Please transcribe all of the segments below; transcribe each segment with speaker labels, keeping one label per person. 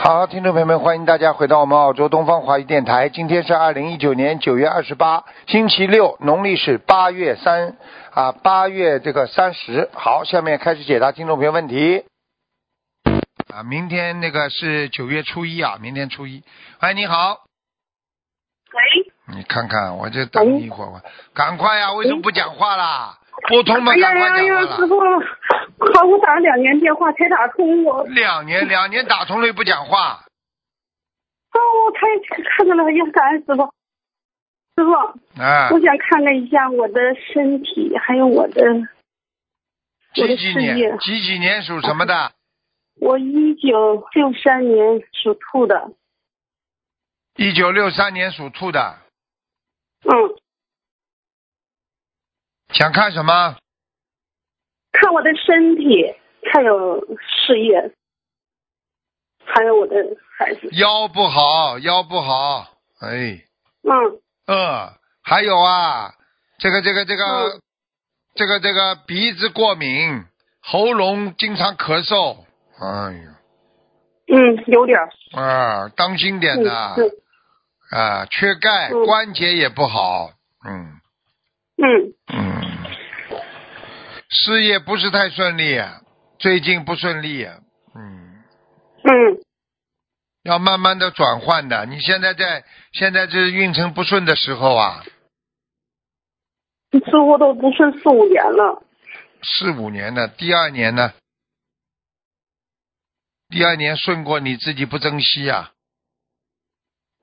Speaker 1: 好，听众朋友们，欢迎大家回到我们澳洲东方华语电台。今天是二零一九年九月二十八，星期六，农历是八月三啊，八月这个三十。好，下面开始解答听众朋友问题。啊，明天那个是九月初一啊，明天初一。哎，你好，
Speaker 2: 喂，
Speaker 1: 你看看，我就等你一会儿吧，赶快呀、啊为什么不讲话啦？拨通吧，
Speaker 2: 哎呀
Speaker 1: 赶快
Speaker 2: 呀
Speaker 1: 讲
Speaker 2: 呀，
Speaker 1: 话
Speaker 2: 师
Speaker 1: 啦。
Speaker 2: 傅，好，我打了两年电话才打通我，
Speaker 1: 两年，两年打通了又不讲话，
Speaker 2: 哦，我太看看了，哎呀，感恩师傅。师傅，
Speaker 1: 啊，
Speaker 2: 我想看看一下我的身体，还有我的我
Speaker 1: 几
Speaker 2: 的
Speaker 1: 几
Speaker 2: 事业
Speaker 1: 年？。几几年属什么的？
Speaker 2: 我一九六三年属兔的，
Speaker 1: 一九六三年属兔的，
Speaker 2: 嗯，
Speaker 1: 想看什么？
Speaker 2: 看我的身体，还有事业，还有我的孩子，
Speaker 1: 腰不好，腰不好，哎，
Speaker 2: 嗯，
Speaker 1: 呃，还有啊，这个这个这个、
Speaker 2: 嗯
Speaker 1: 这个这个鼻子过敏，喉咙经常咳嗽，哎
Speaker 2: 嗯，有点儿，
Speaker 1: 呦，啊，当心点
Speaker 2: 嗯，
Speaker 1: 呐、啊，
Speaker 2: 是，
Speaker 1: 缺钙，
Speaker 2: 嗯
Speaker 1: 关节也不好，嗯
Speaker 2: 嗯，
Speaker 1: 嗯，事业不是太顺利，最近不顺利，嗯。
Speaker 2: 嗯，
Speaker 1: 要慢慢的转换的。你现在在现在这运程不顺的时候啊，
Speaker 2: 似乎都不是四五年了，
Speaker 1: 四五年呢，第二年呢，第二年顺过你自己不珍惜呀、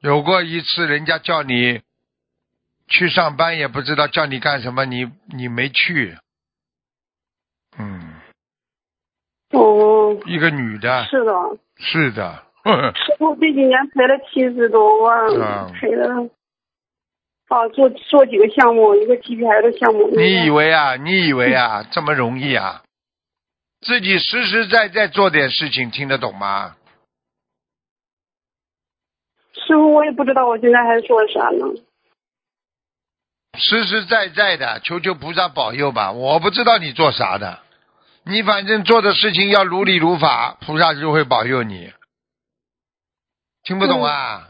Speaker 1: 有过一次人家叫你去上班，也不知道叫你干什么，你你没去。嗯，
Speaker 2: 哦、
Speaker 1: 一个女的，
Speaker 2: 是的，
Speaker 1: 是的， 呵呵
Speaker 2: 师傅这几年赔了七十多万，
Speaker 1: 啊
Speaker 2: 赔了。啊，做做几个项目，一个 TPI 的项目。
Speaker 1: 你以为啊？你以为啊？这么容易啊？自己实实在在做点事情，听得懂吗？
Speaker 2: 师傅，我也不知道我现在还做啥呢。
Speaker 1: 实实在在的，求求菩萨保佑吧！我不知道你做啥的，你反正做的事情要如理如法，菩萨就会保佑你。听不懂啊？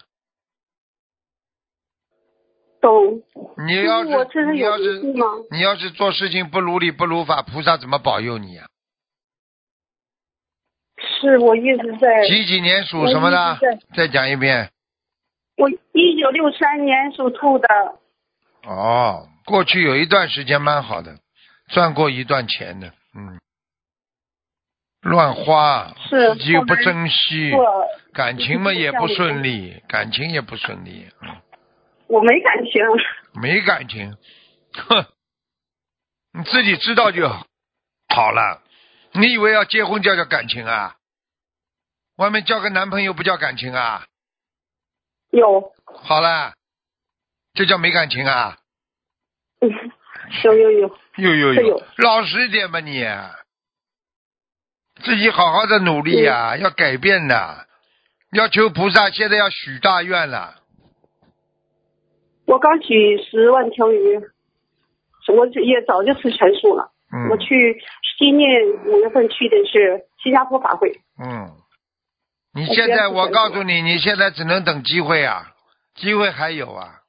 Speaker 2: 懂。
Speaker 1: 你要
Speaker 2: 师傅嗯我
Speaker 1: 是
Speaker 2: 身上
Speaker 1: 你
Speaker 2: 有
Speaker 1: 要
Speaker 2: 灵
Speaker 1: 是
Speaker 2: 性吗？
Speaker 1: 你要是做事情不如理不如法，菩萨怎么保佑你啊？
Speaker 2: 是我一直在。
Speaker 1: 几几年属什么的
Speaker 2: 我一直？
Speaker 1: 再讲一遍。
Speaker 2: 我一九六三年属兔的。
Speaker 1: 哦，过去有一段时间蛮好的，赚过一段钱的，嗯，乱花，
Speaker 2: 是
Speaker 1: 自己又不
Speaker 2: 后来
Speaker 1: 珍惜，
Speaker 2: 我
Speaker 1: 感情嘛
Speaker 2: 自己
Speaker 1: 也
Speaker 2: 不
Speaker 1: 不
Speaker 2: 像
Speaker 1: 顺利，感情也不顺利，嗯
Speaker 2: 我没感情。
Speaker 1: 没感情，哼，你自己知道就好好了。你以为要结婚叫叫感情啊？外面交个男朋友不叫感情啊？
Speaker 2: 有。
Speaker 1: 好了，这叫没感情啊？
Speaker 2: 嗯有有有。
Speaker 1: 有有
Speaker 2: 是
Speaker 1: 有
Speaker 2: 有，
Speaker 1: 老实一点吧你，自己好好的努力呀、要改变的，要求菩萨，现在要许大愿了，
Speaker 2: 我刚取十万条鱼，我也早就吃全素了。
Speaker 1: 嗯
Speaker 2: 我去今年五月份去的是新加坡法会。
Speaker 1: 嗯，你
Speaker 2: 我
Speaker 1: 现
Speaker 2: 不要
Speaker 1: 在
Speaker 2: 去
Speaker 1: 我
Speaker 2: 改
Speaker 1: 告
Speaker 2: 变
Speaker 1: 诉你，你现在只能等机会啊，机会还有啊，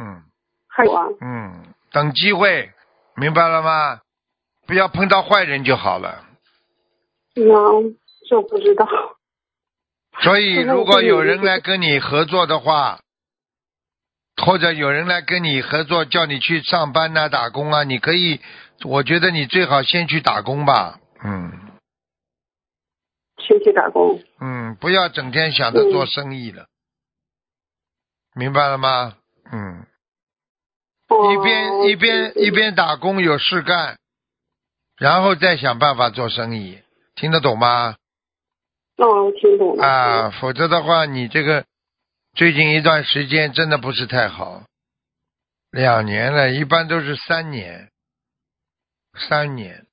Speaker 1: 嗯
Speaker 2: 还有啊，
Speaker 1: 嗯，等机会，明白了吗？不要碰到坏人就好了。
Speaker 2: 嗯，这不知道。
Speaker 1: 所以，
Speaker 2: 就是我
Speaker 1: 如果
Speaker 2: 会
Speaker 1: 有
Speaker 2: 有一
Speaker 1: 人
Speaker 2: 个
Speaker 1: 来跟你合作的话，或者有人来跟你合作，叫你去上班呐、打工啊，你可以，我觉得你最好先去打工吧。嗯
Speaker 2: 先去打工。
Speaker 1: 嗯，不要整天想着
Speaker 2: 嗯
Speaker 1: 做生意了，明白了吗？嗯，
Speaker 2: 哦、
Speaker 1: 一边一边一边打工有事干，然后再想办法做生意，听得懂吗？
Speaker 2: 哦，我听懂了。
Speaker 1: 啊，否则的话，你这个最近一段时间真的不是太好，两年了，一般都是三年，三年。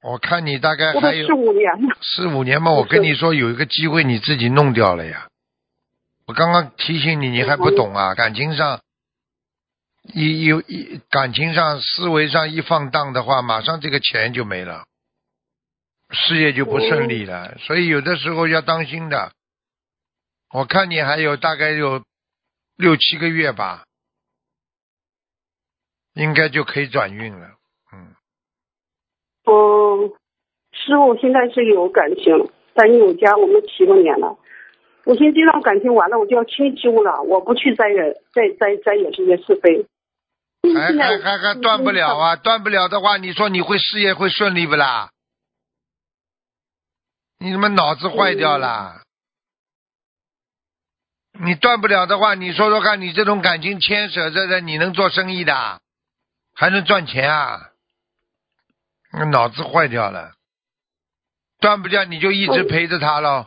Speaker 1: 我看你大概
Speaker 2: 我都
Speaker 1: 还有
Speaker 2: 四五年了。
Speaker 1: 四五年嘛，我跟你说有一个机会你自己弄掉了呀。我刚刚提醒你，你还不懂啊，感情上一有一感情上思维上一放荡的话，马上这个钱就没了。事业就不顺利了。所以有的时候要当心的。我看你还有大概有六七个月吧，应该就可以转运了。嗯，
Speaker 2: 嗯，师傅，我现在是有感情，在女友家我们七多年了。我现在这段感情完了，我就要清修了，我不去再惹、再再再惹这些是非。
Speaker 1: 还
Speaker 2: 现在
Speaker 1: 还还还断不了啊！断不了的话，你说你会事业会顺利不啦？你他妈脑子坏掉啦！你断不了的话，你说说看，你这种感情牵扯着的，你能做生意的，还能赚钱啊？那脑子坏掉了，断不掉你就一直
Speaker 2: 嗯
Speaker 1: 陪着他喽。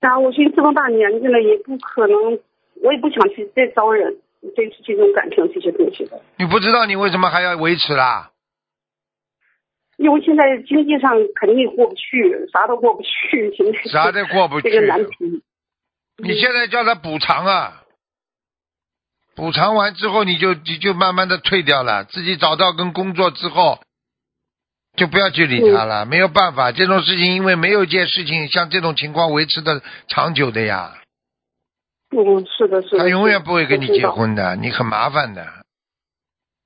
Speaker 2: 然后我现在这么大年纪了，也不可能，我也不想去再招惹这这种感情这些东西的，
Speaker 1: 你不知道你为什么还要维持啦？
Speaker 2: 因为现在经济上肯定过不去，啥都过不去，现在
Speaker 1: 啥都过不去。
Speaker 2: 这个难题。
Speaker 1: 你现在叫他补偿啊，补偿完之后你就你就慢慢的退掉了，自己找到跟工作之后，就不要去理他了，没有办法，这种事情因为没有一件事情像这种情况维持的长久的呀，
Speaker 2: 嗯，是的，是的。
Speaker 1: 他永远不会跟你结
Speaker 2: 我知道。
Speaker 1: 婚的，你很麻烦的，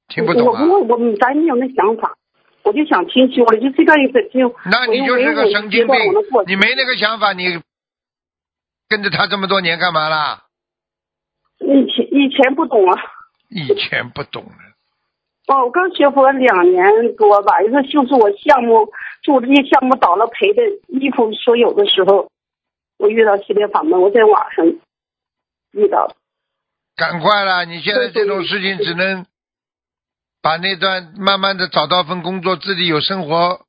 Speaker 1: 听不懂
Speaker 2: 我
Speaker 1: 啊？
Speaker 2: 我我我咱没有那想法，我就想清修了，就这段日子就
Speaker 1: 那你就是个神经病
Speaker 2: 我以为我能过，去
Speaker 1: 你没那个想法，你跟着他这么多年干嘛啦？
Speaker 2: 以前以前不懂啊。
Speaker 1: 以前不懂了。
Speaker 2: 哦，我刚学佛两年多吧，一个就是我项目，就我这些项目倒了赔的一无所有的时候，我遇到系列法门，我在网上遇到的。
Speaker 1: 赶快啦！你现在这种事情只能把那段慢慢的找到份工作，自己有生活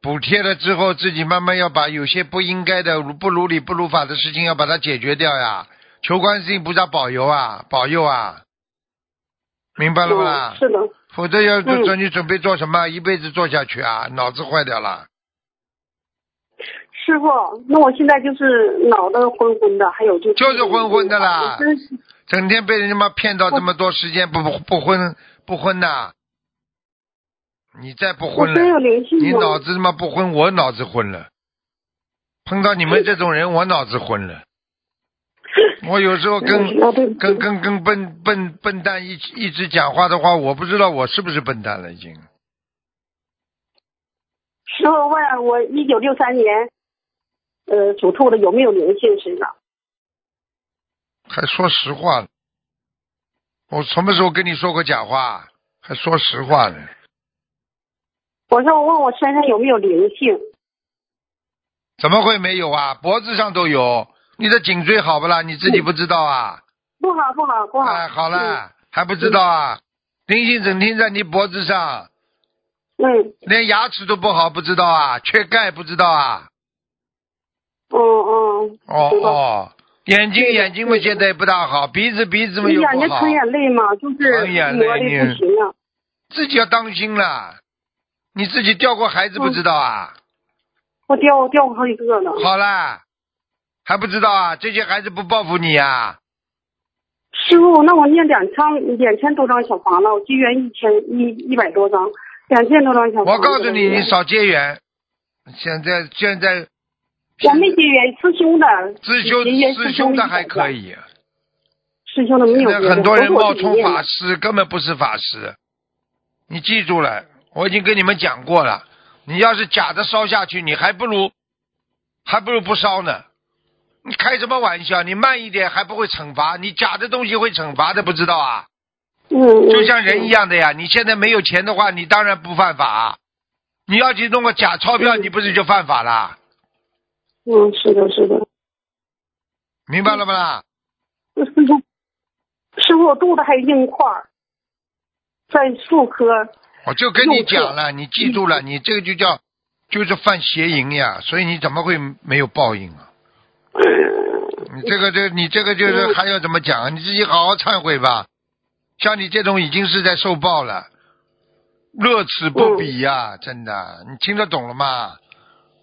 Speaker 1: 补贴了之后，自己慢慢要把有些不应该的、不如理、不如法的事情要把它解决掉呀。求观世音菩萨保佑啊，保佑啊！明白了不啦
Speaker 2: 嗯，？是的，
Speaker 1: 否则要
Speaker 2: 嗯
Speaker 1: 准你准备做什么？一辈子做下去啊，脑子坏掉了。
Speaker 2: 师傅，那我现在就是脑袋昏昏的，还有就是
Speaker 1: 就是昏昏的啦
Speaker 2: 我真是
Speaker 1: 整天被人家妈骗到这么多时间，不不不婚不婚呐、你再不
Speaker 2: 我
Speaker 1: 婚
Speaker 2: 真
Speaker 1: 了
Speaker 2: 有。灵性吗？
Speaker 1: 你脑子他妈不昏，我脑子昏了。碰到你们这种人，我脑子昏了。我有时候跟
Speaker 2: 我嗯对不起
Speaker 1: 跟跟跟笨笨笨蛋一起一直讲话的话，我不知道我是不是笨蛋了已经。
Speaker 2: 师傅问我一九六三年，呃，属兔的有没有灵性身上？
Speaker 1: 还说实话呢，我什么时候跟你说过假话？还说实话呢？
Speaker 2: 我说我问我身上有没有灵性？
Speaker 1: 怎么会没有啊？脖子上都有，你的颈椎好不啦？你自己不知道啊？
Speaker 2: 不好，不好，不好。
Speaker 1: 哎，好了，还不知道啊？灵性整天在你脖子上。
Speaker 2: 嗯。
Speaker 1: 连牙齿都不好，不知道啊？缺钙不知道啊？
Speaker 2: 嗯嗯嗯。
Speaker 1: 哦
Speaker 2: 知道
Speaker 1: 哦，眼睛
Speaker 2: 对的
Speaker 1: 眼睛嘛
Speaker 2: 对的
Speaker 1: 现在也不大好，鼻子鼻子嘛
Speaker 2: 你
Speaker 1: 又
Speaker 2: 眼睛
Speaker 1: 不好
Speaker 2: 疼，眼泪嘛，就是
Speaker 1: 疼眼泪
Speaker 2: 磨的
Speaker 1: 你
Speaker 2: 不行啊。
Speaker 1: 自己要当心了。你自己掉过孩子不
Speaker 2: 嗯
Speaker 1: 知道啊？
Speaker 2: 我掉掉过好几个呢。
Speaker 1: 好啦，还不知道啊？这些孩子不报复你啊？
Speaker 2: 师傅，那我念两千两千多张小房子，我结缘一千一一百多张，两千多张小房
Speaker 1: 我
Speaker 2: 子。
Speaker 1: 告诉你，你。少结缘。现在现在，
Speaker 2: 我没结缘，师兄的。
Speaker 1: 自修
Speaker 2: 结缘
Speaker 1: 自修的还可
Speaker 2: 以。
Speaker 1: 以，啊
Speaker 2: 师兄的没
Speaker 1: 现
Speaker 2: 有
Speaker 1: 在
Speaker 2: 结缘。
Speaker 1: 很多人冒充
Speaker 2: 法
Speaker 1: 法。师，根本不是法师。你记住了，我已经跟你们讲过了。你要是假的烧下去，你还不如还不如不烧呢。你开什么玩笑？你慢一点还不会惩罚？你假的东西会惩罚的，不知道啊？
Speaker 2: 嗯。
Speaker 1: 就像人一
Speaker 2: 样。
Speaker 1: 样的呀。你现在没有钱的话，你当然不犯法、啊你要去弄个假钞票，
Speaker 2: 嗯
Speaker 1: 你不是就犯法啦？
Speaker 2: 嗯，是的，是的。
Speaker 1: 明白了
Speaker 2: 嗯
Speaker 1: 不啦？
Speaker 2: 师傅，师傅，我肚子还有硬块儿，在妇科。
Speaker 1: 我哦就跟你
Speaker 2: 右侧
Speaker 1: 讲了，你记住了，你这个就叫就是犯邪淫呀，所以你怎么会没有报应啊？你这个这你这个就是
Speaker 2: 嗯
Speaker 1: 还要怎么讲啊？你自己好好忏悔吧。像你这种已经是在受报了，乐此不彼呀、真的，你听得懂了吗？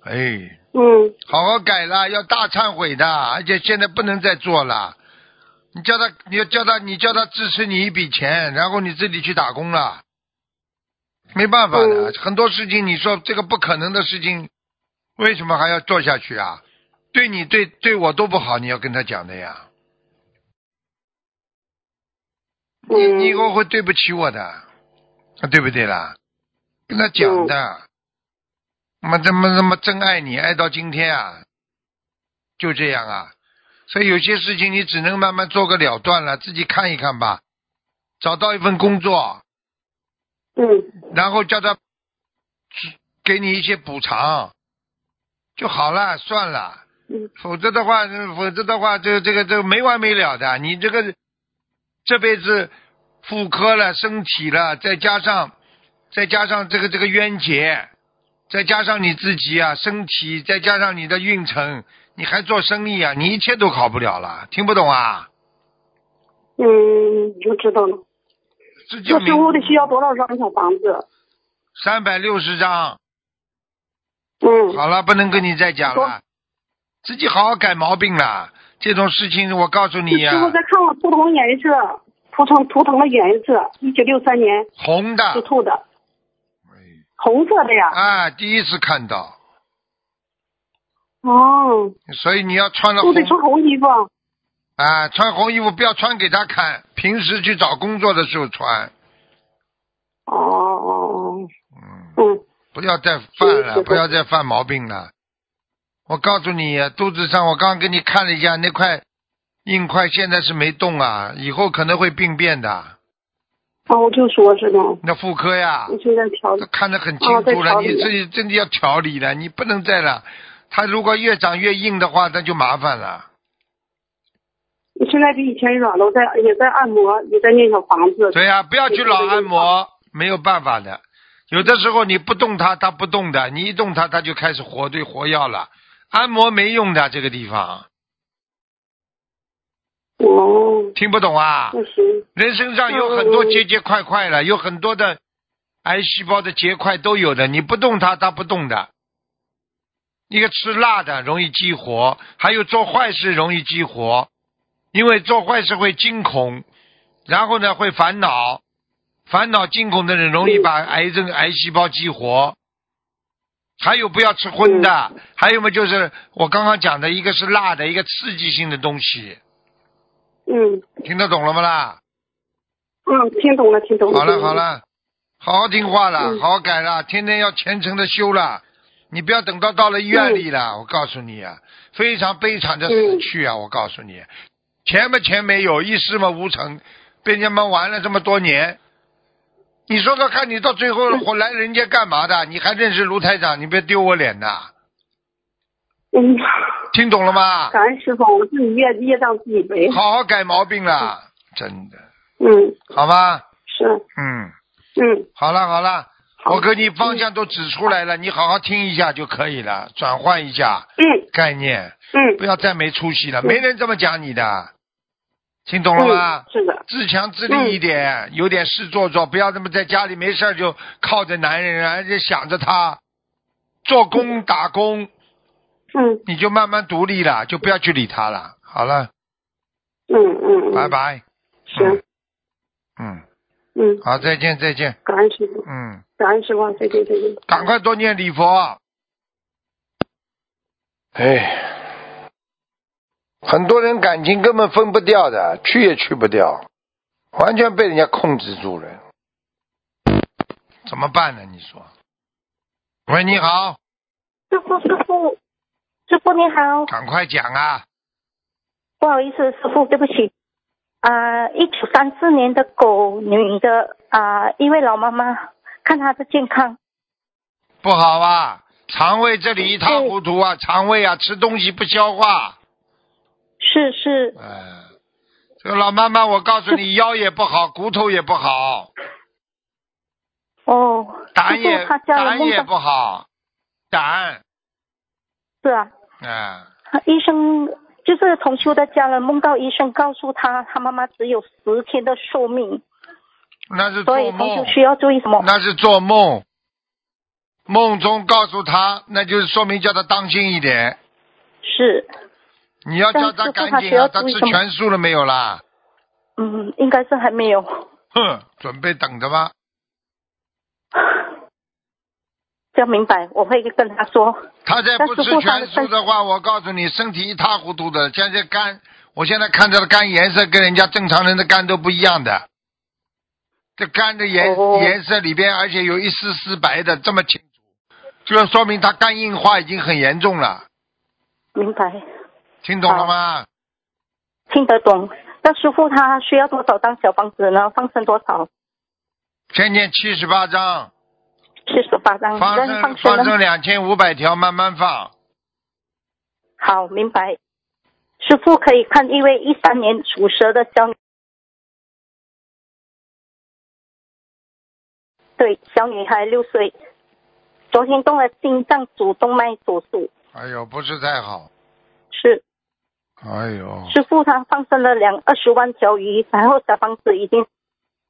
Speaker 1: 哎，
Speaker 2: 嗯
Speaker 1: 好好改啦，要大忏悔的，而且现在不能再做了。你叫他，你要叫他，你叫他支持你一笔钱，然后你自己去打工了，没办法的，
Speaker 2: 嗯
Speaker 1: 很多事情你说这个不可能的事情，为什么还要做下去啊？对你对对我都不好，你要跟他讲的呀。你
Speaker 2: 嗯
Speaker 1: 你以后会对不起我的，对不对啦？跟他讲的，妈怎么怎么真爱你，爱到今天啊，就这样啊。所以有些事情你只能慢慢做个了断了，自己看一看吧。找到一份工作，
Speaker 2: 嗯
Speaker 1: 然后叫他给你一些补偿就好了，算了。
Speaker 2: 嗯
Speaker 1: 否则的话，否则的话，这这个这个没完没了的。你这个这辈子妇科了、身体了，再加上再加上这个这个冤结，再加上你自己啊身体，再加上你的运程，你还做生意啊，你一切都好不了了。听不懂啊？
Speaker 2: 嗯，我知道了。
Speaker 1: 这就
Speaker 2: 那师傅
Speaker 1: 明
Speaker 2: 得需要多少张小房子？
Speaker 1: 三百六十张。
Speaker 2: 嗯，
Speaker 1: 好了，不能跟你再讲了
Speaker 2: 说，
Speaker 1: 自己好好改毛病了。这种事情我告诉你呀、
Speaker 2: 师傅再看我图腾颜色，图腾图腾的颜色，一九六三年
Speaker 1: 红的
Speaker 2: 属兔的，红色的呀。
Speaker 1: 啊，第一次看到，
Speaker 2: 哦，
Speaker 1: 所以你要穿了
Speaker 2: 都得
Speaker 1: 红
Speaker 2: 穿红衣服。
Speaker 1: 啊，穿红衣服不要穿给他看，平时去找工作的时候穿，
Speaker 2: 哦哦
Speaker 1: 嗯，
Speaker 2: 哦，嗯
Speaker 1: 不要再犯
Speaker 2: 嗯是
Speaker 1: 了，
Speaker 2: 的
Speaker 1: 不要再犯毛病了。我告诉你，肚子上我刚刚给你看了一下那块硬块，现在是没动啊，以后可能会病变的。
Speaker 2: 啊，我就说是呢，
Speaker 1: 那妇科呀，
Speaker 2: 我现在调
Speaker 1: 都
Speaker 2: 整。
Speaker 1: 看得很清楚了，
Speaker 2: 嗯啊在调
Speaker 1: 你
Speaker 2: 理
Speaker 1: 自己真的要调理了，你不能再了。它如果越长越硬的话，那就麻烦了。
Speaker 2: 现在比以前软了，我在也在按摩，也在念小房子。
Speaker 1: 对呀、不要去老按摩，没有办法的。有的时候你不动它，它不动的；你一动它，它就开始活对活药了。按摩没用的，这个地方
Speaker 2: 哦，
Speaker 1: 听不懂啊？
Speaker 2: 那行，
Speaker 1: 人身上有很多结结块块了，有很多的癌细胞的结块都有的，你不动它，它不动的。一个吃辣的容易激活，还有做坏事容易激活，因为做坏事会惊恐，然后呢会烦恼，烦恼惊恐的人容易把癌症癌细胞激活。还有不要吃荤的，还有么就是我刚刚讲的，一个是辣的，一个刺激性的东西，
Speaker 2: 嗯
Speaker 1: 听得懂了吗啦？
Speaker 2: 嗯，听懂了，听懂了。
Speaker 1: 好 了好。了，好好听话了，
Speaker 2: 嗯
Speaker 1: 好好改了，天天要虔诚的修了。你不要等到到了医院里了，我告诉你啊，非常悲惨的死去啊！我告诉你，钱嘛钱没有，一事嘛无成，被人家们玩了这么多年。你说说看，你到最后我来人家干嘛的？你还认识卢台长？你别丢我脸呐！
Speaker 2: 嗯，
Speaker 1: 听懂了吗？
Speaker 2: 感恩师傅，我自己业业障自己背。
Speaker 1: 好好改毛病啦，真的，
Speaker 2: 嗯，
Speaker 1: 好吧？
Speaker 2: 是，
Speaker 1: 嗯，
Speaker 2: 嗯，
Speaker 1: 好了好了。
Speaker 2: 好
Speaker 1: 我给你方向都指出来了，你好好听一下就可以了，转换一下
Speaker 2: 嗯
Speaker 1: 概念，
Speaker 2: 嗯，
Speaker 1: 不要再没出息了，
Speaker 2: 嗯
Speaker 1: 没人这么讲你的，听懂了
Speaker 2: 嗯
Speaker 1: 吗？，
Speaker 2: 是的，
Speaker 1: 自强自立一点，有点事做做，不要那么在家里没事儿就靠着男人啊，而且想着他，做工打工，
Speaker 2: 嗯
Speaker 1: 你就慢慢独立了，就不要去理他了。好了，
Speaker 2: 嗯嗯，嗯
Speaker 1: 拜。拜。
Speaker 2: 行，
Speaker 1: 嗯，
Speaker 2: 嗯，
Speaker 1: 好，再见，再见。
Speaker 2: 感恩师傅，
Speaker 1: 嗯，
Speaker 2: 感恩师傅，再见再见。
Speaker 1: 赶快多念礼佛。啊哎，很多人感情根本分不掉的，去也去不掉，完全被人家控制住了，怎么办呢？你说？喂，你好，
Speaker 3: 师傅，师傅，师傅你好，
Speaker 1: 赶快讲啊！
Speaker 3: 不好意思，师傅，对不起。呃，一九三四年的狗，女的，啊、一位老妈妈，看她的健康，
Speaker 1: 不好啊，肠胃这里一塌糊涂啊，肠胃啊，吃东西不消化，
Speaker 3: 是是，
Speaker 1: 嗯、这个老妈妈，我告诉你，腰也不好，骨头也不好，
Speaker 3: 哦，师
Speaker 1: 胆也
Speaker 3: 傅她家人
Speaker 1: 胆
Speaker 3: 梦
Speaker 1: 也
Speaker 3: 到
Speaker 1: 不好，胆，
Speaker 3: 是啊，
Speaker 1: 嗯、
Speaker 3: 她医生就是同修的家人梦到医生告诉她，她妈妈只有十天的寿命，
Speaker 1: 那是
Speaker 3: 所
Speaker 1: 做
Speaker 3: 以同
Speaker 1: 梦
Speaker 3: 修。需要注意什么？
Speaker 1: 那是做梦，梦中告诉他，那就是说明叫他当心一点。
Speaker 3: 是，
Speaker 1: 你要叫他
Speaker 3: 但是
Speaker 1: 赶紧啊！他
Speaker 3: 他需要注意
Speaker 1: 吃
Speaker 3: 什么
Speaker 1: 全素了没有啦？
Speaker 3: 嗯，应该是还没有，
Speaker 1: 哼，准备等着吧。
Speaker 3: 要明白，我会跟他说。
Speaker 1: 他再不
Speaker 3: 但是
Speaker 1: 吃
Speaker 3: 护上
Speaker 1: 全
Speaker 3: 的
Speaker 1: 素的话，我告诉你，身体一塌糊涂的。现在肝，我现在看他的肝颜色跟人家正常人的肝都不一样的，这肝的颜、
Speaker 3: 哦
Speaker 1: 颜色里边，而且有一丝丝白的，这么清楚，就说明他肝硬化已经很严重了。
Speaker 3: 明白，
Speaker 1: 听懂了吗？
Speaker 3: 听得懂。那师傅他需要多少张小房子呢？放生多少？
Speaker 1: 先念七十八章，
Speaker 3: 四十八张。
Speaker 1: 放
Speaker 3: 那
Speaker 1: 生
Speaker 3: 放生
Speaker 1: 放
Speaker 3: 呢
Speaker 1: 生？两千五百条，慢慢放。
Speaker 3: 好，明白。师傅可以看一位一三年属蛇的小女，对，小女孩六岁，昨天动了心脏主动脉手术，
Speaker 1: 哎呦，不是太好。
Speaker 3: 是
Speaker 1: 哎呦，
Speaker 3: 师傅他放生了两二十万条鱼，然后小房子已经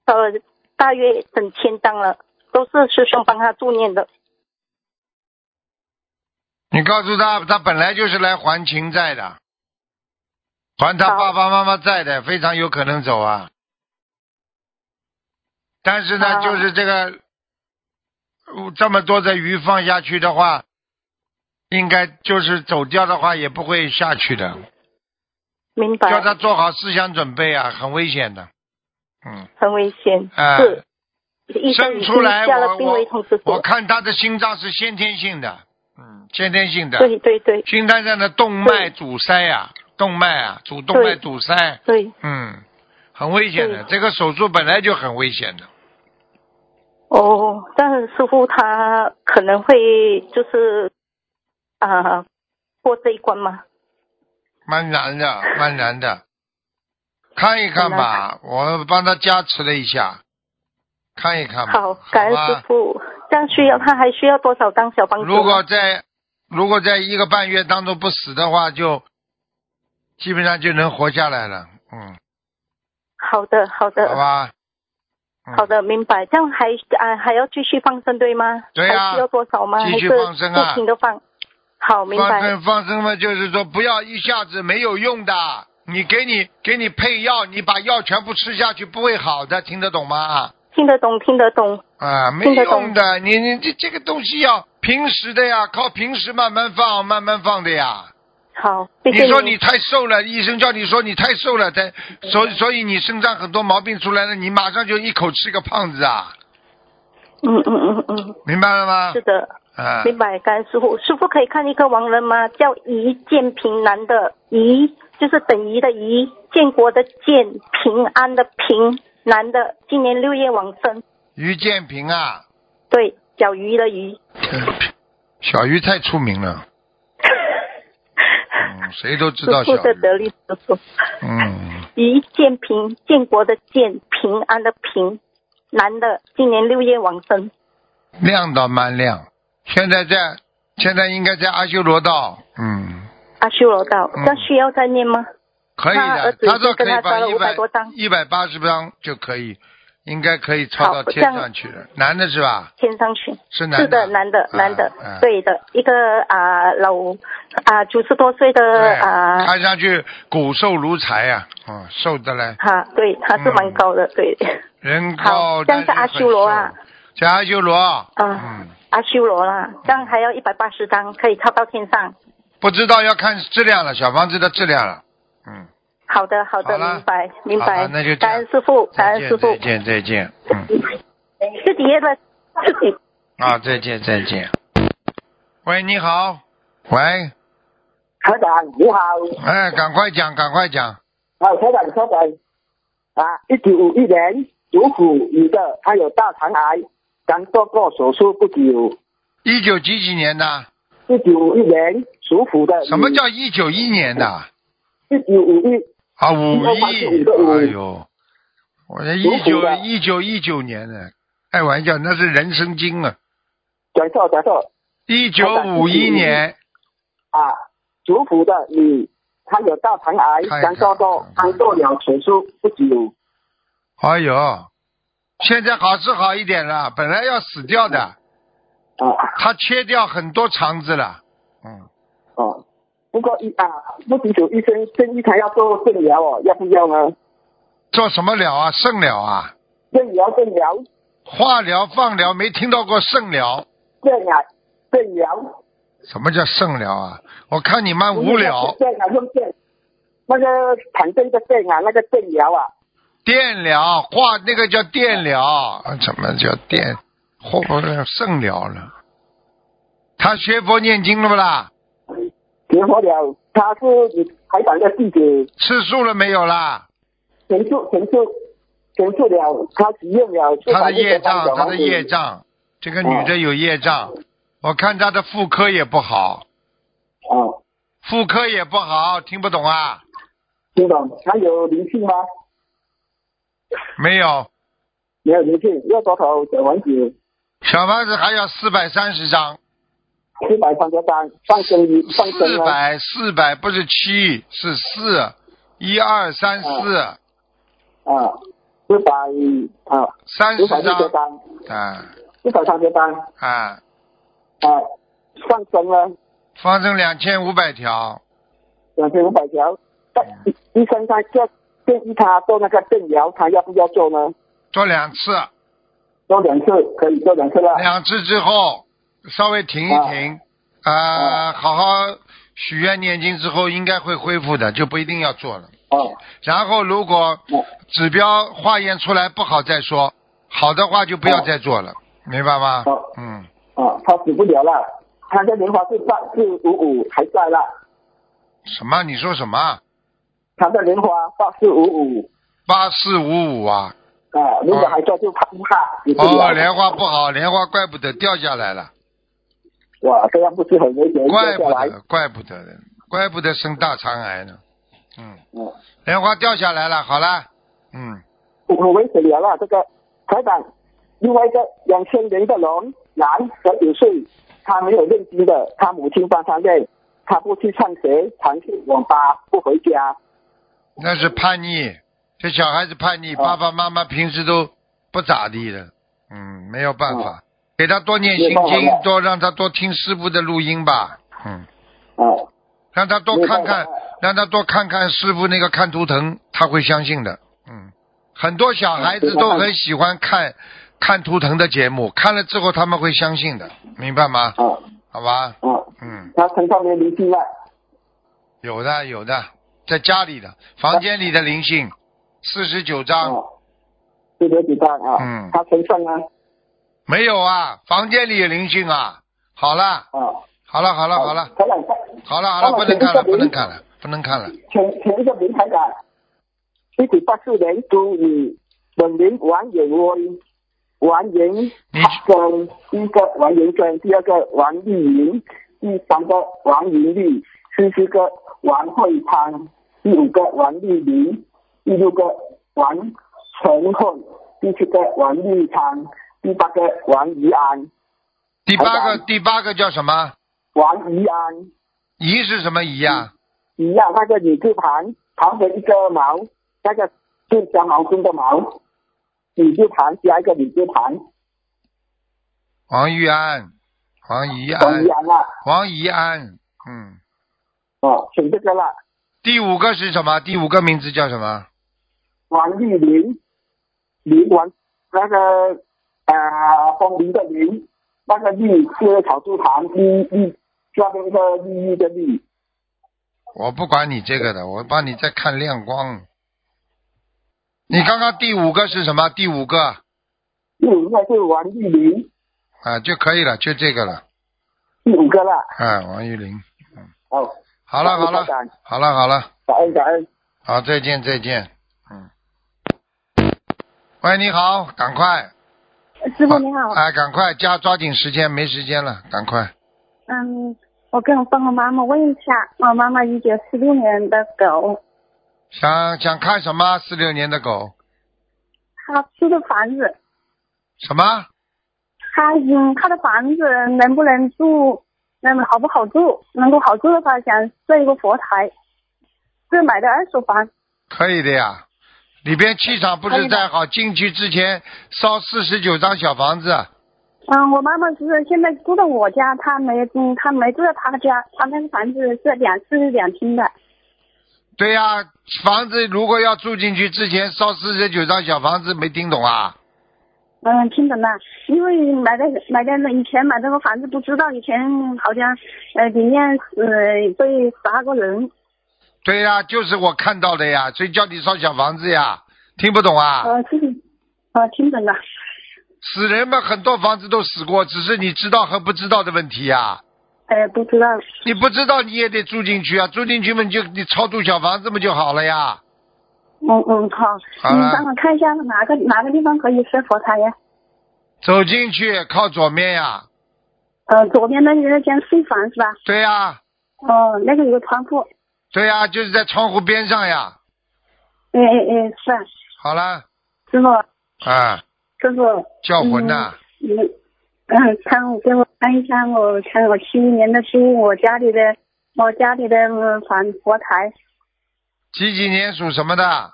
Speaker 3: 呃大约整千张了，都是师兄帮他助念的，
Speaker 1: 你告诉他，他本来就是来还情债的，还他
Speaker 3: 好
Speaker 1: 爸爸妈妈债的，非常有可能走啊。但是呢，
Speaker 3: 好
Speaker 1: 就是这个，呃这么多的鱼放下去的话，应该就是走掉的话也不会下去的，
Speaker 3: 明
Speaker 1: 叫
Speaker 3: 白？
Speaker 1: 他做好思想准备啊，很危险的。嗯，
Speaker 3: 很危险，
Speaker 1: 啊、
Speaker 3: 是医生
Speaker 1: 生
Speaker 3: 已
Speaker 1: 出
Speaker 3: 经
Speaker 1: 来
Speaker 3: 下了
Speaker 1: 我
Speaker 3: 病危
Speaker 1: 我
Speaker 3: 通知
Speaker 1: 我
Speaker 3: 书，
Speaker 1: 看他的心脏是先天性的，嗯，先天性的。
Speaker 3: 对对对
Speaker 1: 心脏上的动脉阻塞呀、动脉啊，主动脉
Speaker 3: 对
Speaker 1: 阻塞，
Speaker 3: 对，
Speaker 1: 嗯，很危险的。
Speaker 3: 对
Speaker 1: 这个手术本来就很危险的，
Speaker 3: 哦，但是师傅他可能会就是啊、呃过这一关吗？
Speaker 1: 蛮难 的，蛮难的。看一看
Speaker 3: 很难
Speaker 1: 吧，我帮他加持了一下，看一看吧。
Speaker 3: 好，感恩师
Speaker 1: 吧。
Speaker 3: 傅。这样需要他还需要多少张小房子呢？
Speaker 1: 如果在如果在一个半月当中不死的话，就基本上就能活下来了。嗯，
Speaker 3: 好的，好的，
Speaker 1: 好啊吧。嗯
Speaker 3: 好的，明白。这样还啊、还要继续放生对吗？
Speaker 1: 对呀
Speaker 3: 还需要多少吗？
Speaker 1: 继续
Speaker 3: 还是
Speaker 1: 放生啊
Speaker 3: 不停的放。好，明
Speaker 1: 放
Speaker 3: 白。
Speaker 1: 生放生嘛，就是说不要一下子没有用的。你给你给你配药，你把药全部吃下去不会好的，听得懂吗？
Speaker 3: 听得懂，听得懂。
Speaker 1: 啊，没
Speaker 3: 听得懂
Speaker 1: 用的，你你这这个东西要平时的呀，靠平时慢慢放，慢慢放的呀。
Speaker 3: 好，谢谢
Speaker 1: 你说你太瘦了，医生叫你说你太瘦了，才所以所以你身上很多毛病出来了，你马上就一口吃个胖子啊，
Speaker 3: 嗯嗯嗯嗯，
Speaker 1: 明白了吗
Speaker 3: 是？的，
Speaker 1: 啊，
Speaker 3: 明白。感恩师傅，师傅可以看一个亡人吗？叫于建平，男的于，就是等于的于，建国的建，平安的平，男的，今年六月往生。
Speaker 1: 于建平啊，
Speaker 3: 对，小鱼的鱼。
Speaker 1: 小于太出名了，嗯，谁都 知道
Speaker 3: 师
Speaker 1: 小
Speaker 3: 傅的
Speaker 1: 于，
Speaker 3: 得力之处。
Speaker 1: 嗯。
Speaker 3: 于建平，建国的建，平安的平，男的，今年六月往生。
Speaker 1: 亮倒蛮亮，现在在，现在应该在阿修罗道，嗯，
Speaker 3: 阿修罗道，
Speaker 1: 嗯
Speaker 3: 那需要再念吗？
Speaker 1: 可以
Speaker 3: 那
Speaker 1: 的
Speaker 3: 儿子。已经
Speaker 1: 说可
Speaker 3: 跟
Speaker 1: 以
Speaker 3: 他
Speaker 1: 把
Speaker 3: 烧了
Speaker 1: 一百
Speaker 3: 500多张
Speaker 1: 一百八十张就可以，应该可以超
Speaker 3: 好
Speaker 1: 到
Speaker 3: 这
Speaker 1: 天
Speaker 3: 样
Speaker 1: 上去了。男的是吧？
Speaker 3: 天上去。
Speaker 1: 是男啊
Speaker 3: 是的，男的，男的，对的，一个啊、老啊九十多岁的啊
Speaker 1: 啊，看上去骨瘦如柴呀、啊，嗯，瘦的嘞，
Speaker 3: 他对他是蛮高
Speaker 1: 嗯
Speaker 3: 的，对，
Speaker 1: 人
Speaker 3: 好
Speaker 1: 高，
Speaker 3: 这样是
Speaker 1: 但
Speaker 3: 阿
Speaker 1: 很
Speaker 3: 修罗啊
Speaker 1: 瘦，在阿修罗，
Speaker 3: 啊
Speaker 1: 嗯，
Speaker 3: 阿修罗啦，这样还要一百八十张，可以超到天上。
Speaker 1: 不知道要看质量了，小房子的质量了，嗯，
Speaker 3: 好的，好
Speaker 1: 好
Speaker 3: 的，
Speaker 1: 了
Speaker 3: 明白，明
Speaker 1: 好
Speaker 3: 白
Speaker 1: 了那就这样。
Speaker 3: 感恩师傅，感
Speaker 1: 再
Speaker 3: 恩师
Speaker 1: 见，
Speaker 3: 傅
Speaker 1: 再。见，再见，嗯。
Speaker 3: 自己也的自己。
Speaker 1: 啊，再见再见。喂，你好。喂，
Speaker 4: 台长你好，
Speaker 1: 哎，赶快讲，赶快讲。
Speaker 4: 啊，台长，台长，啊，一九五一年属虎女的，她有大肠癌，刚做过手术不久。
Speaker 1: 一九几几年的？
Speaker 4: 一九五一年属虎的女，
Speaker 1: 什么叫一九一年的？
Speaker 4: 一九五一？
Speaker 1: 啊，五
Speaker 4: 我忘记
Speaker 1: 一。
Speaker 4: 五个五
Speaker 1: 哎呦，我这一
Speaker 4: 属虎
Speaker 1: 九
Speaker 4: 的
Speaker 1: 一九一九年的，开玩笑，那是人参经啊。
Speaker 4: 讲错讲错
Speaker 1: 一九五一年，
Speaker 4: 啊，属虎的女，她有大肠癌，
Speaker 1: 看一看
Speaker 4: 刚做过
Speaker 1: 看，看
Speaker 4: 刚做了手术不久。
Speaker 1: 哎呦，现在好是好一点了，本来要死掉的，
Speaker 4: 啊
Speaker 1: 他切掉很多肠子了。嗯，
Speaker 4: 哦、不过医啊，不清楚医生建议她要做治疗哦，要不要呢？
Speaker 1: 做什么疗啊？肾疗啊？
Speaker 4: 治疗治疗，
Speaker 1: 化疗、放疗没听到过肾疗，
Speaker 4: 这样肾疗，
Speaker 1: 什么叫肾疗啊？我看你蛮无聊。
Speaker 4: 肾啊，用电，那个产生的肾啊，那个肾疗啊，
Speaker 1: 电疗，化那个叫电疗，什么叫电？或不是肾疗了？他学佛念经了不啦？
Speaker 4: 结合了，他是你台长的弟弟，
Speaker 1: 吃素了没有啦？
Speaker 4: 全数全数全数了，他只用了
Speaker 1: 他的
Speaker 4: 400
Speaker 1: 业
Speaker 4: 张小
Speaker 1: 障，他
Speaker 4: 房
Speaker 1: 的
Speaker 4: 子
Speaker 1: 业障，这个女的有业障，我看她的妇科也不好，
Speaker 4: 哦，
Speaker 1: 妇科也不好，听不懂啊？
Speaker 4: 听懂？他有灵性吗？
Speaker 1: 没有，
Speaker 4: 没有灵性，要多少小房子？
Speaker 1: 小房子还要四百三十张，
Speaker 4: 四百三十三，上升一上升
Speaker 1: 四
Speaker 4: 啊，
Speaker 1: 百四百不是七是四，一二三四
Speaker 4: 啊，四百啊，
Speaker 1: 三
Speaker 4: 四
Speaker 1: 十
Speaker 4: 百三十
Speaker 1: 张，
Speaker 4: 三，
Speaker 1: 啊
Speaker 4: 四百三十三
Speaker 1: 啊，
Speaker 4: 啊，上升了
Speaker 1: 放生两千五百条，
Speaker 4: 两千五百条。
Speaker 1: 哎
Speaker 4: 但医医生他叫建议他做那个电疗，他要不要做呢？
Speaker 1: 做两次，
Speaker 4: 啊做两次可以做两次了。
Speaker 1: 两次之后稍微停一停，啊，好好许愿念经之后应该会恢复的，就不一定要做了。
Speaker 4: 哦，
Speaker 1: 然后如果
Speaker 4: 哦
Speaker 1: 指标化验出来不好再说，好的话就不
Speaker 4: 啊
Speaker 1: 要再做了，明白吗
Speaker 4: 哦？
Speaker 1: 嗯，
Speaker 4: 哦，他死不了了，他的莲花是八四五五还在了，
Speaker 1: 什么？你说什么？
Speaker 4: 他的莲花八四五五
Speaker 1: 八四五五啊？
Speaker 4: 啊，如果还在就怕不怕？你不
Speaker 1: 哦，
Speaker 4: 了
Speaker 1: 莲花不好，莲花怪不得掉下来了，
Speaker 4: 哇，这样不是很危险？
Speaker 1: 怪
Speaker 4: 掉
Speaker 1: 不
Speaker 4: 下来，
Speaker 1: 得，怪不得的，怪不得生大肠癌呢。嗯，
Speaker 4: 嗯。
Speaker 1: 莲花掉下来了，好了，嗯，
Speaker 4: 我为止了了这个台长，另外一个两千年的龙男，十九岁，他没有认知的，他母亲帮他练，他不去上学，常去网吧，不回家。
Speaker 1: 那是叛逆，这小孩子叛逆，
Speaker 4: 哦
Speaker 1: 爸爸妈妈平时都不咋地的，嗯，没有办法，给他多念
Speaker 4: 啊没
Speaker 1: 心
Speaker 4: 办法
Speaker 1: 经
Speaker 4: 了，
Speaker 1: 多让他多听师傅的录音吧，嗯，
Speaker 4: 啊，
Speaker 1: 让他多
Speaker 4: 没
Speaker 1: 看
Speaker 4: 办法
Speaker 1: 看，让他多看看师傅那个看图腾，他会相信的，嗯，很多小孩子
Speaker 4: 嗯
Speaker 1: 都很喜欢看看图腾的节目，看了之后他们会相信的，明白吗？
Speaker 4: 啊
Speaker 1: 好吧，
Speaker 4: 啊，
Speaker 1: 嗯，
Speaker 4: 他身上没灵性了，啊
Speaker 1: 有的有的，在家里的房间里的灵性，四十九章。
Speaker 4: 啊，这个几张啊，
Speaker 1: 嗯
Speaker 4: 他身上呢，
Speaker 1: 没有啊，房间里有灵性啊。好了，
Speaker 4: 啊，
Speaker 1: 好了，好了，好了，
Speaker 4: 台长，
Speaker 1: 好了，好了，
Speaker 4: 好
Speaker 1: 不
Speaker 4: 了
Speaker 1: 能看了，不
Speaker 4: 请坐
Speaker 1: 能看了，不能看了。
Speaker 4: 前前一个名台长，一九八四年属女，本名王永威，王元他生，第一个王元生，第二个王丽云，第三个王云丽，第四个王慧康，第五个王丽玲，第六个王陈慧，第七个王丽昌，第八个王怡安，
Speaker 1: 第八个，
Speaker 4: 好的
Speaker 1: 第八个叫什么？
Speaker 4: 王怡安，
Speaker 1: 姨是什么啊姨呀、
Speaker 4: 一样那个女字旁旁边一个毛，那个是羊毛巾的毛，女字旁加一个女字旁，
Speaker 1: 王玉安，王怡
Speaker 4: 王
Speaker 1: 安
Speaker 4: 怡，安啦，
Speaker 1: 王怡安。嗯，
Speaker 4: 啊哦，选这个啦，
Speaker 1: 第五个是什么？第五个名字叫什么？
Speaker 4: 王丽玲，林王那个呃风铃的铃，那个丽是草字旁，丽丽下面一个丽丽的丽，
Speaker 1: 我不管你这个的，我帮你再看亮光。你刚刚第五个是什么？第五个
Speaker 4: 第五嗯个是王丽玲，
Speaker 1: 啊，就可以了，就这个了。
Speaker 4: 第五个啦，
Speaker 1: 啊，王玉玲。
Speaker 4: 哦，
Speaker 1: 好了，好了，好了，好了。
Speaker 4: 感恩感恩，
Speaker 1: 好，再见，再见。嗯。喂，你好，赶快。
Speaker 5: 师傅你好，
Speaker 1: 哎，赶快加，抓紧时间，没时间了，赶快。
Speaker 5: 嗯，我跟我帮我妈妈问一下，我妈妈一九四六年的狗，
Speaker 1: 想想看什么？四六年的狗，
Speaker 5: 她租的房子，
Speaker 1: 什么？
Speaker 5: 她嗯她的房子能不能住，嗯好不好住？能够好住的话，想设一个佛台，是买的二手房，
Speaker 1: 可以的呀，里边气场不
Speaker 5: 可
Speaker 1: 是
Speaker 5: 以的
Speaker 1: 太好，进去之前烧四十九张小房子，
Speaker 5: 嗯，我妈妈是现在住在我家，她没嗯她没住在她家，她那个房子是两室两厅的，
Speaker 1: 对呀、房子如果要住进去之前烧四十九张小房子，没听懂啊？
Speaker 5: 嗯，听懂了。因为买的买的那以前买这个房子不知道，以前好像呃里面呃被杀过人。
Speaker 1: 对呀、就是我看到的呀，谁叫你烧小房子呀？听不懂啊？
Speaker 5: 呃，听，呃，听懂了。
Speaker 1: 死人嘛，很多房子都死过，只是你知道和不知道的问题呀、
Speaker 5: 呃，不知道。
Speaker 1: 你不知道你也得住进去啊，住进去嘛你就你超度小房子嘛就好了呀。
Speaker 5: 嗯嗯，好。
Speaker 1: 好
Speaker 5: 你
Speaker 1: 了
Speaker 5: 帮我看一下哪个哪个地方可以设佛台呀？
Speaker 1: 走进去靠左面呀、
Speaker 5: 呃，左边那那间睡房是吧？
Speaker 1: 对呀、
Speaker 5: 哦，那个有个窗户。
Speaker 1: 对呀、就是在窗户边上呀。
Speaker 5: 哎哎哎，是啊，
Speaker 1: 好了，
Speaker 5: 师傅，
Speaker 1: 啊，
Speaker 5: 师傅，
Speaker 1: 叫魂呐、
Speaker 5: 你嗯，看我给我看一下，我看我七一年的书，我家里的我家里的呃房佛台，
Speaker 1: 几几年属什么的？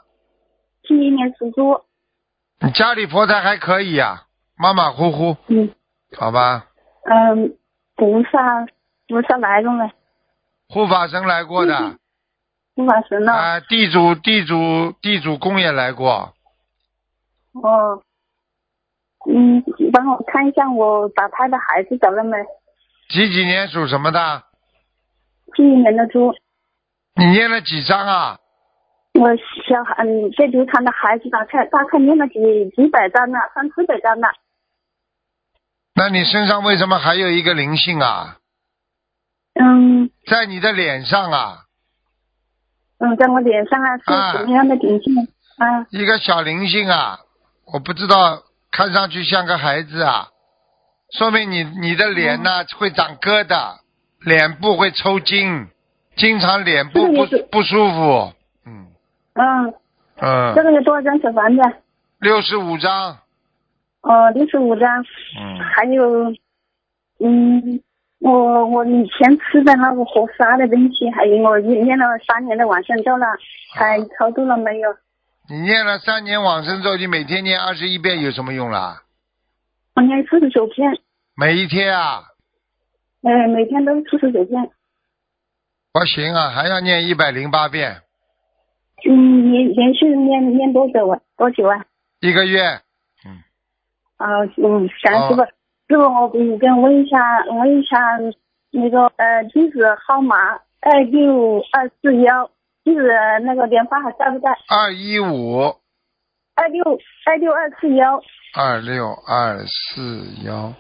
Speaker 5: 七一年属猪，
Speaker 1: 你家里佛台还可以呀、马马虎虎，
Speaker 5: 嗯
Speaker 1: 好吧？
Speaker 5: 嗯，菩萨菩萨来过没？
Speaker 1: 护法神来过的，啊、
Speaker 5: 护法神了，
Speaker 1: 地主地主地主公也来过，
Speaker 5: 哦，嗯，帮我看一下我打胎的孩子走了没？
Speaker 1: 几几年属什么的？
Speaker 5: 七一年的猪，
Speaker 1: 你念了几张啊？
Speaker 5: 我小孩嗯，在流产的孩子大概大概念了几几百张了，三四百张了。
Speaker 1: 那你身上为什么还有一个灵性啊？
Speaker 5: 嗯
Speaker 1: 在你的脸上啊，
Speaker 5: 嗯，在我脸上啊是什么样的灵性？啊，
Speaker 1: 一个小灵性啊，我不知道，看上去像个孩子啊，说明你你的脸呐
Speaker 5: 嗯
Speaker 1: 会长疙瘩，脸部会抽筋，经常脸部不
Speaker 5: 这个也是
Speaker 1: 不舒服，嗯
Speaker 5: 嗯，这
Speaker 1: 嗯，
Speaker 5: 个有多少张小房子？
Speaker 1: 六十五张，
Speaker 5: 哦，六十五张，
Speaker 1: 嗯，
Speaker 5: 还有，嗯，我我以前吃的那个活杀的东西，还有我念了三年的往生咒了，还超度了没有？
Speaker 1: 你念了三年往生咒，你每天念二十一遍有什么用啦？
Speaker 5: 我念四十九遍，
Speaker 1: 每一天啊，
Speaker 5: 呃，每天都四十九遍。
Speaker 1: 不行啊，还要念一百零八遍，
Speaker 5: 嗯，连连续念念多久啊？多久啊？
Speaker 1: 一个月，
Speaker 5: 啊，嗯，感恩师傅。师傅，我你跟问一下，问一下那个呃地址号码二六二四幺，地址那个电话还在不在？
Speaker 1: 二一五
Speaker 5: 二六二六二四幺，
Speaker 1: 二六二四幺，二六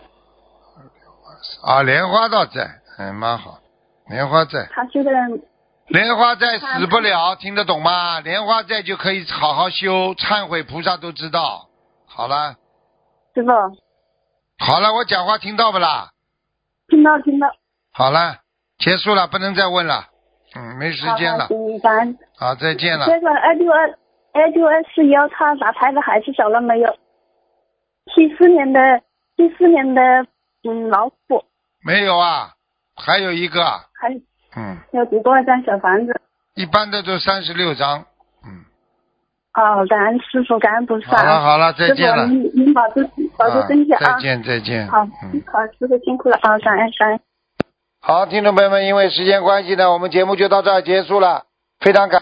Speaker 1: 二四啊，莲花倒在，嗯，蛮好，莲花在，
Speaker 5: 他修的
Speaker 1: 莲花在死不了，听得懂吗？莲花在就可以好好修，忏悔菩萨都知道。好了，
Speaker 5: 师傅
Speaker 1: 好了，我讲话听到不啦？
Speaker 5: 听到听到，
Speaker 1: 好了，结束了，不能再问了，嗯，没时间了，
Speaker 5: 嗯，感恩。
Speaker 1: 好，再见了。
Speaker 5: 这个二六二二六二四幺，他打胎的孩子走了没有？七四年的七四年的嗯老虎，
Speaker 1: 没有啊，还有一个啊，
Speaker 5: 还
Speaker 1: 嗯，
Speaker 5: 有多少张小房子？
Speaker 1: 一般的都三十六张，嗯，
Speaker 5: 哦，感恩师傅，感恩菩萨。啊
Speaker 1: 好了好了，再
Speaker 5: 师
Speaker 1: 见
Speaker 5: 傅，
Speaker 1: 了，
Speaker 5: 您您保重保重身体啊！
Speaker 1: 再见再见，
Speaker 5: 好，
Speaker 1: 嗯。
Speaker 5: 好，师傅辛苦了啊，感恩感恩。
Speaker 1: 好，听众朋友们，因为时间关系呢，我们节目就到这儿结束了，非常感。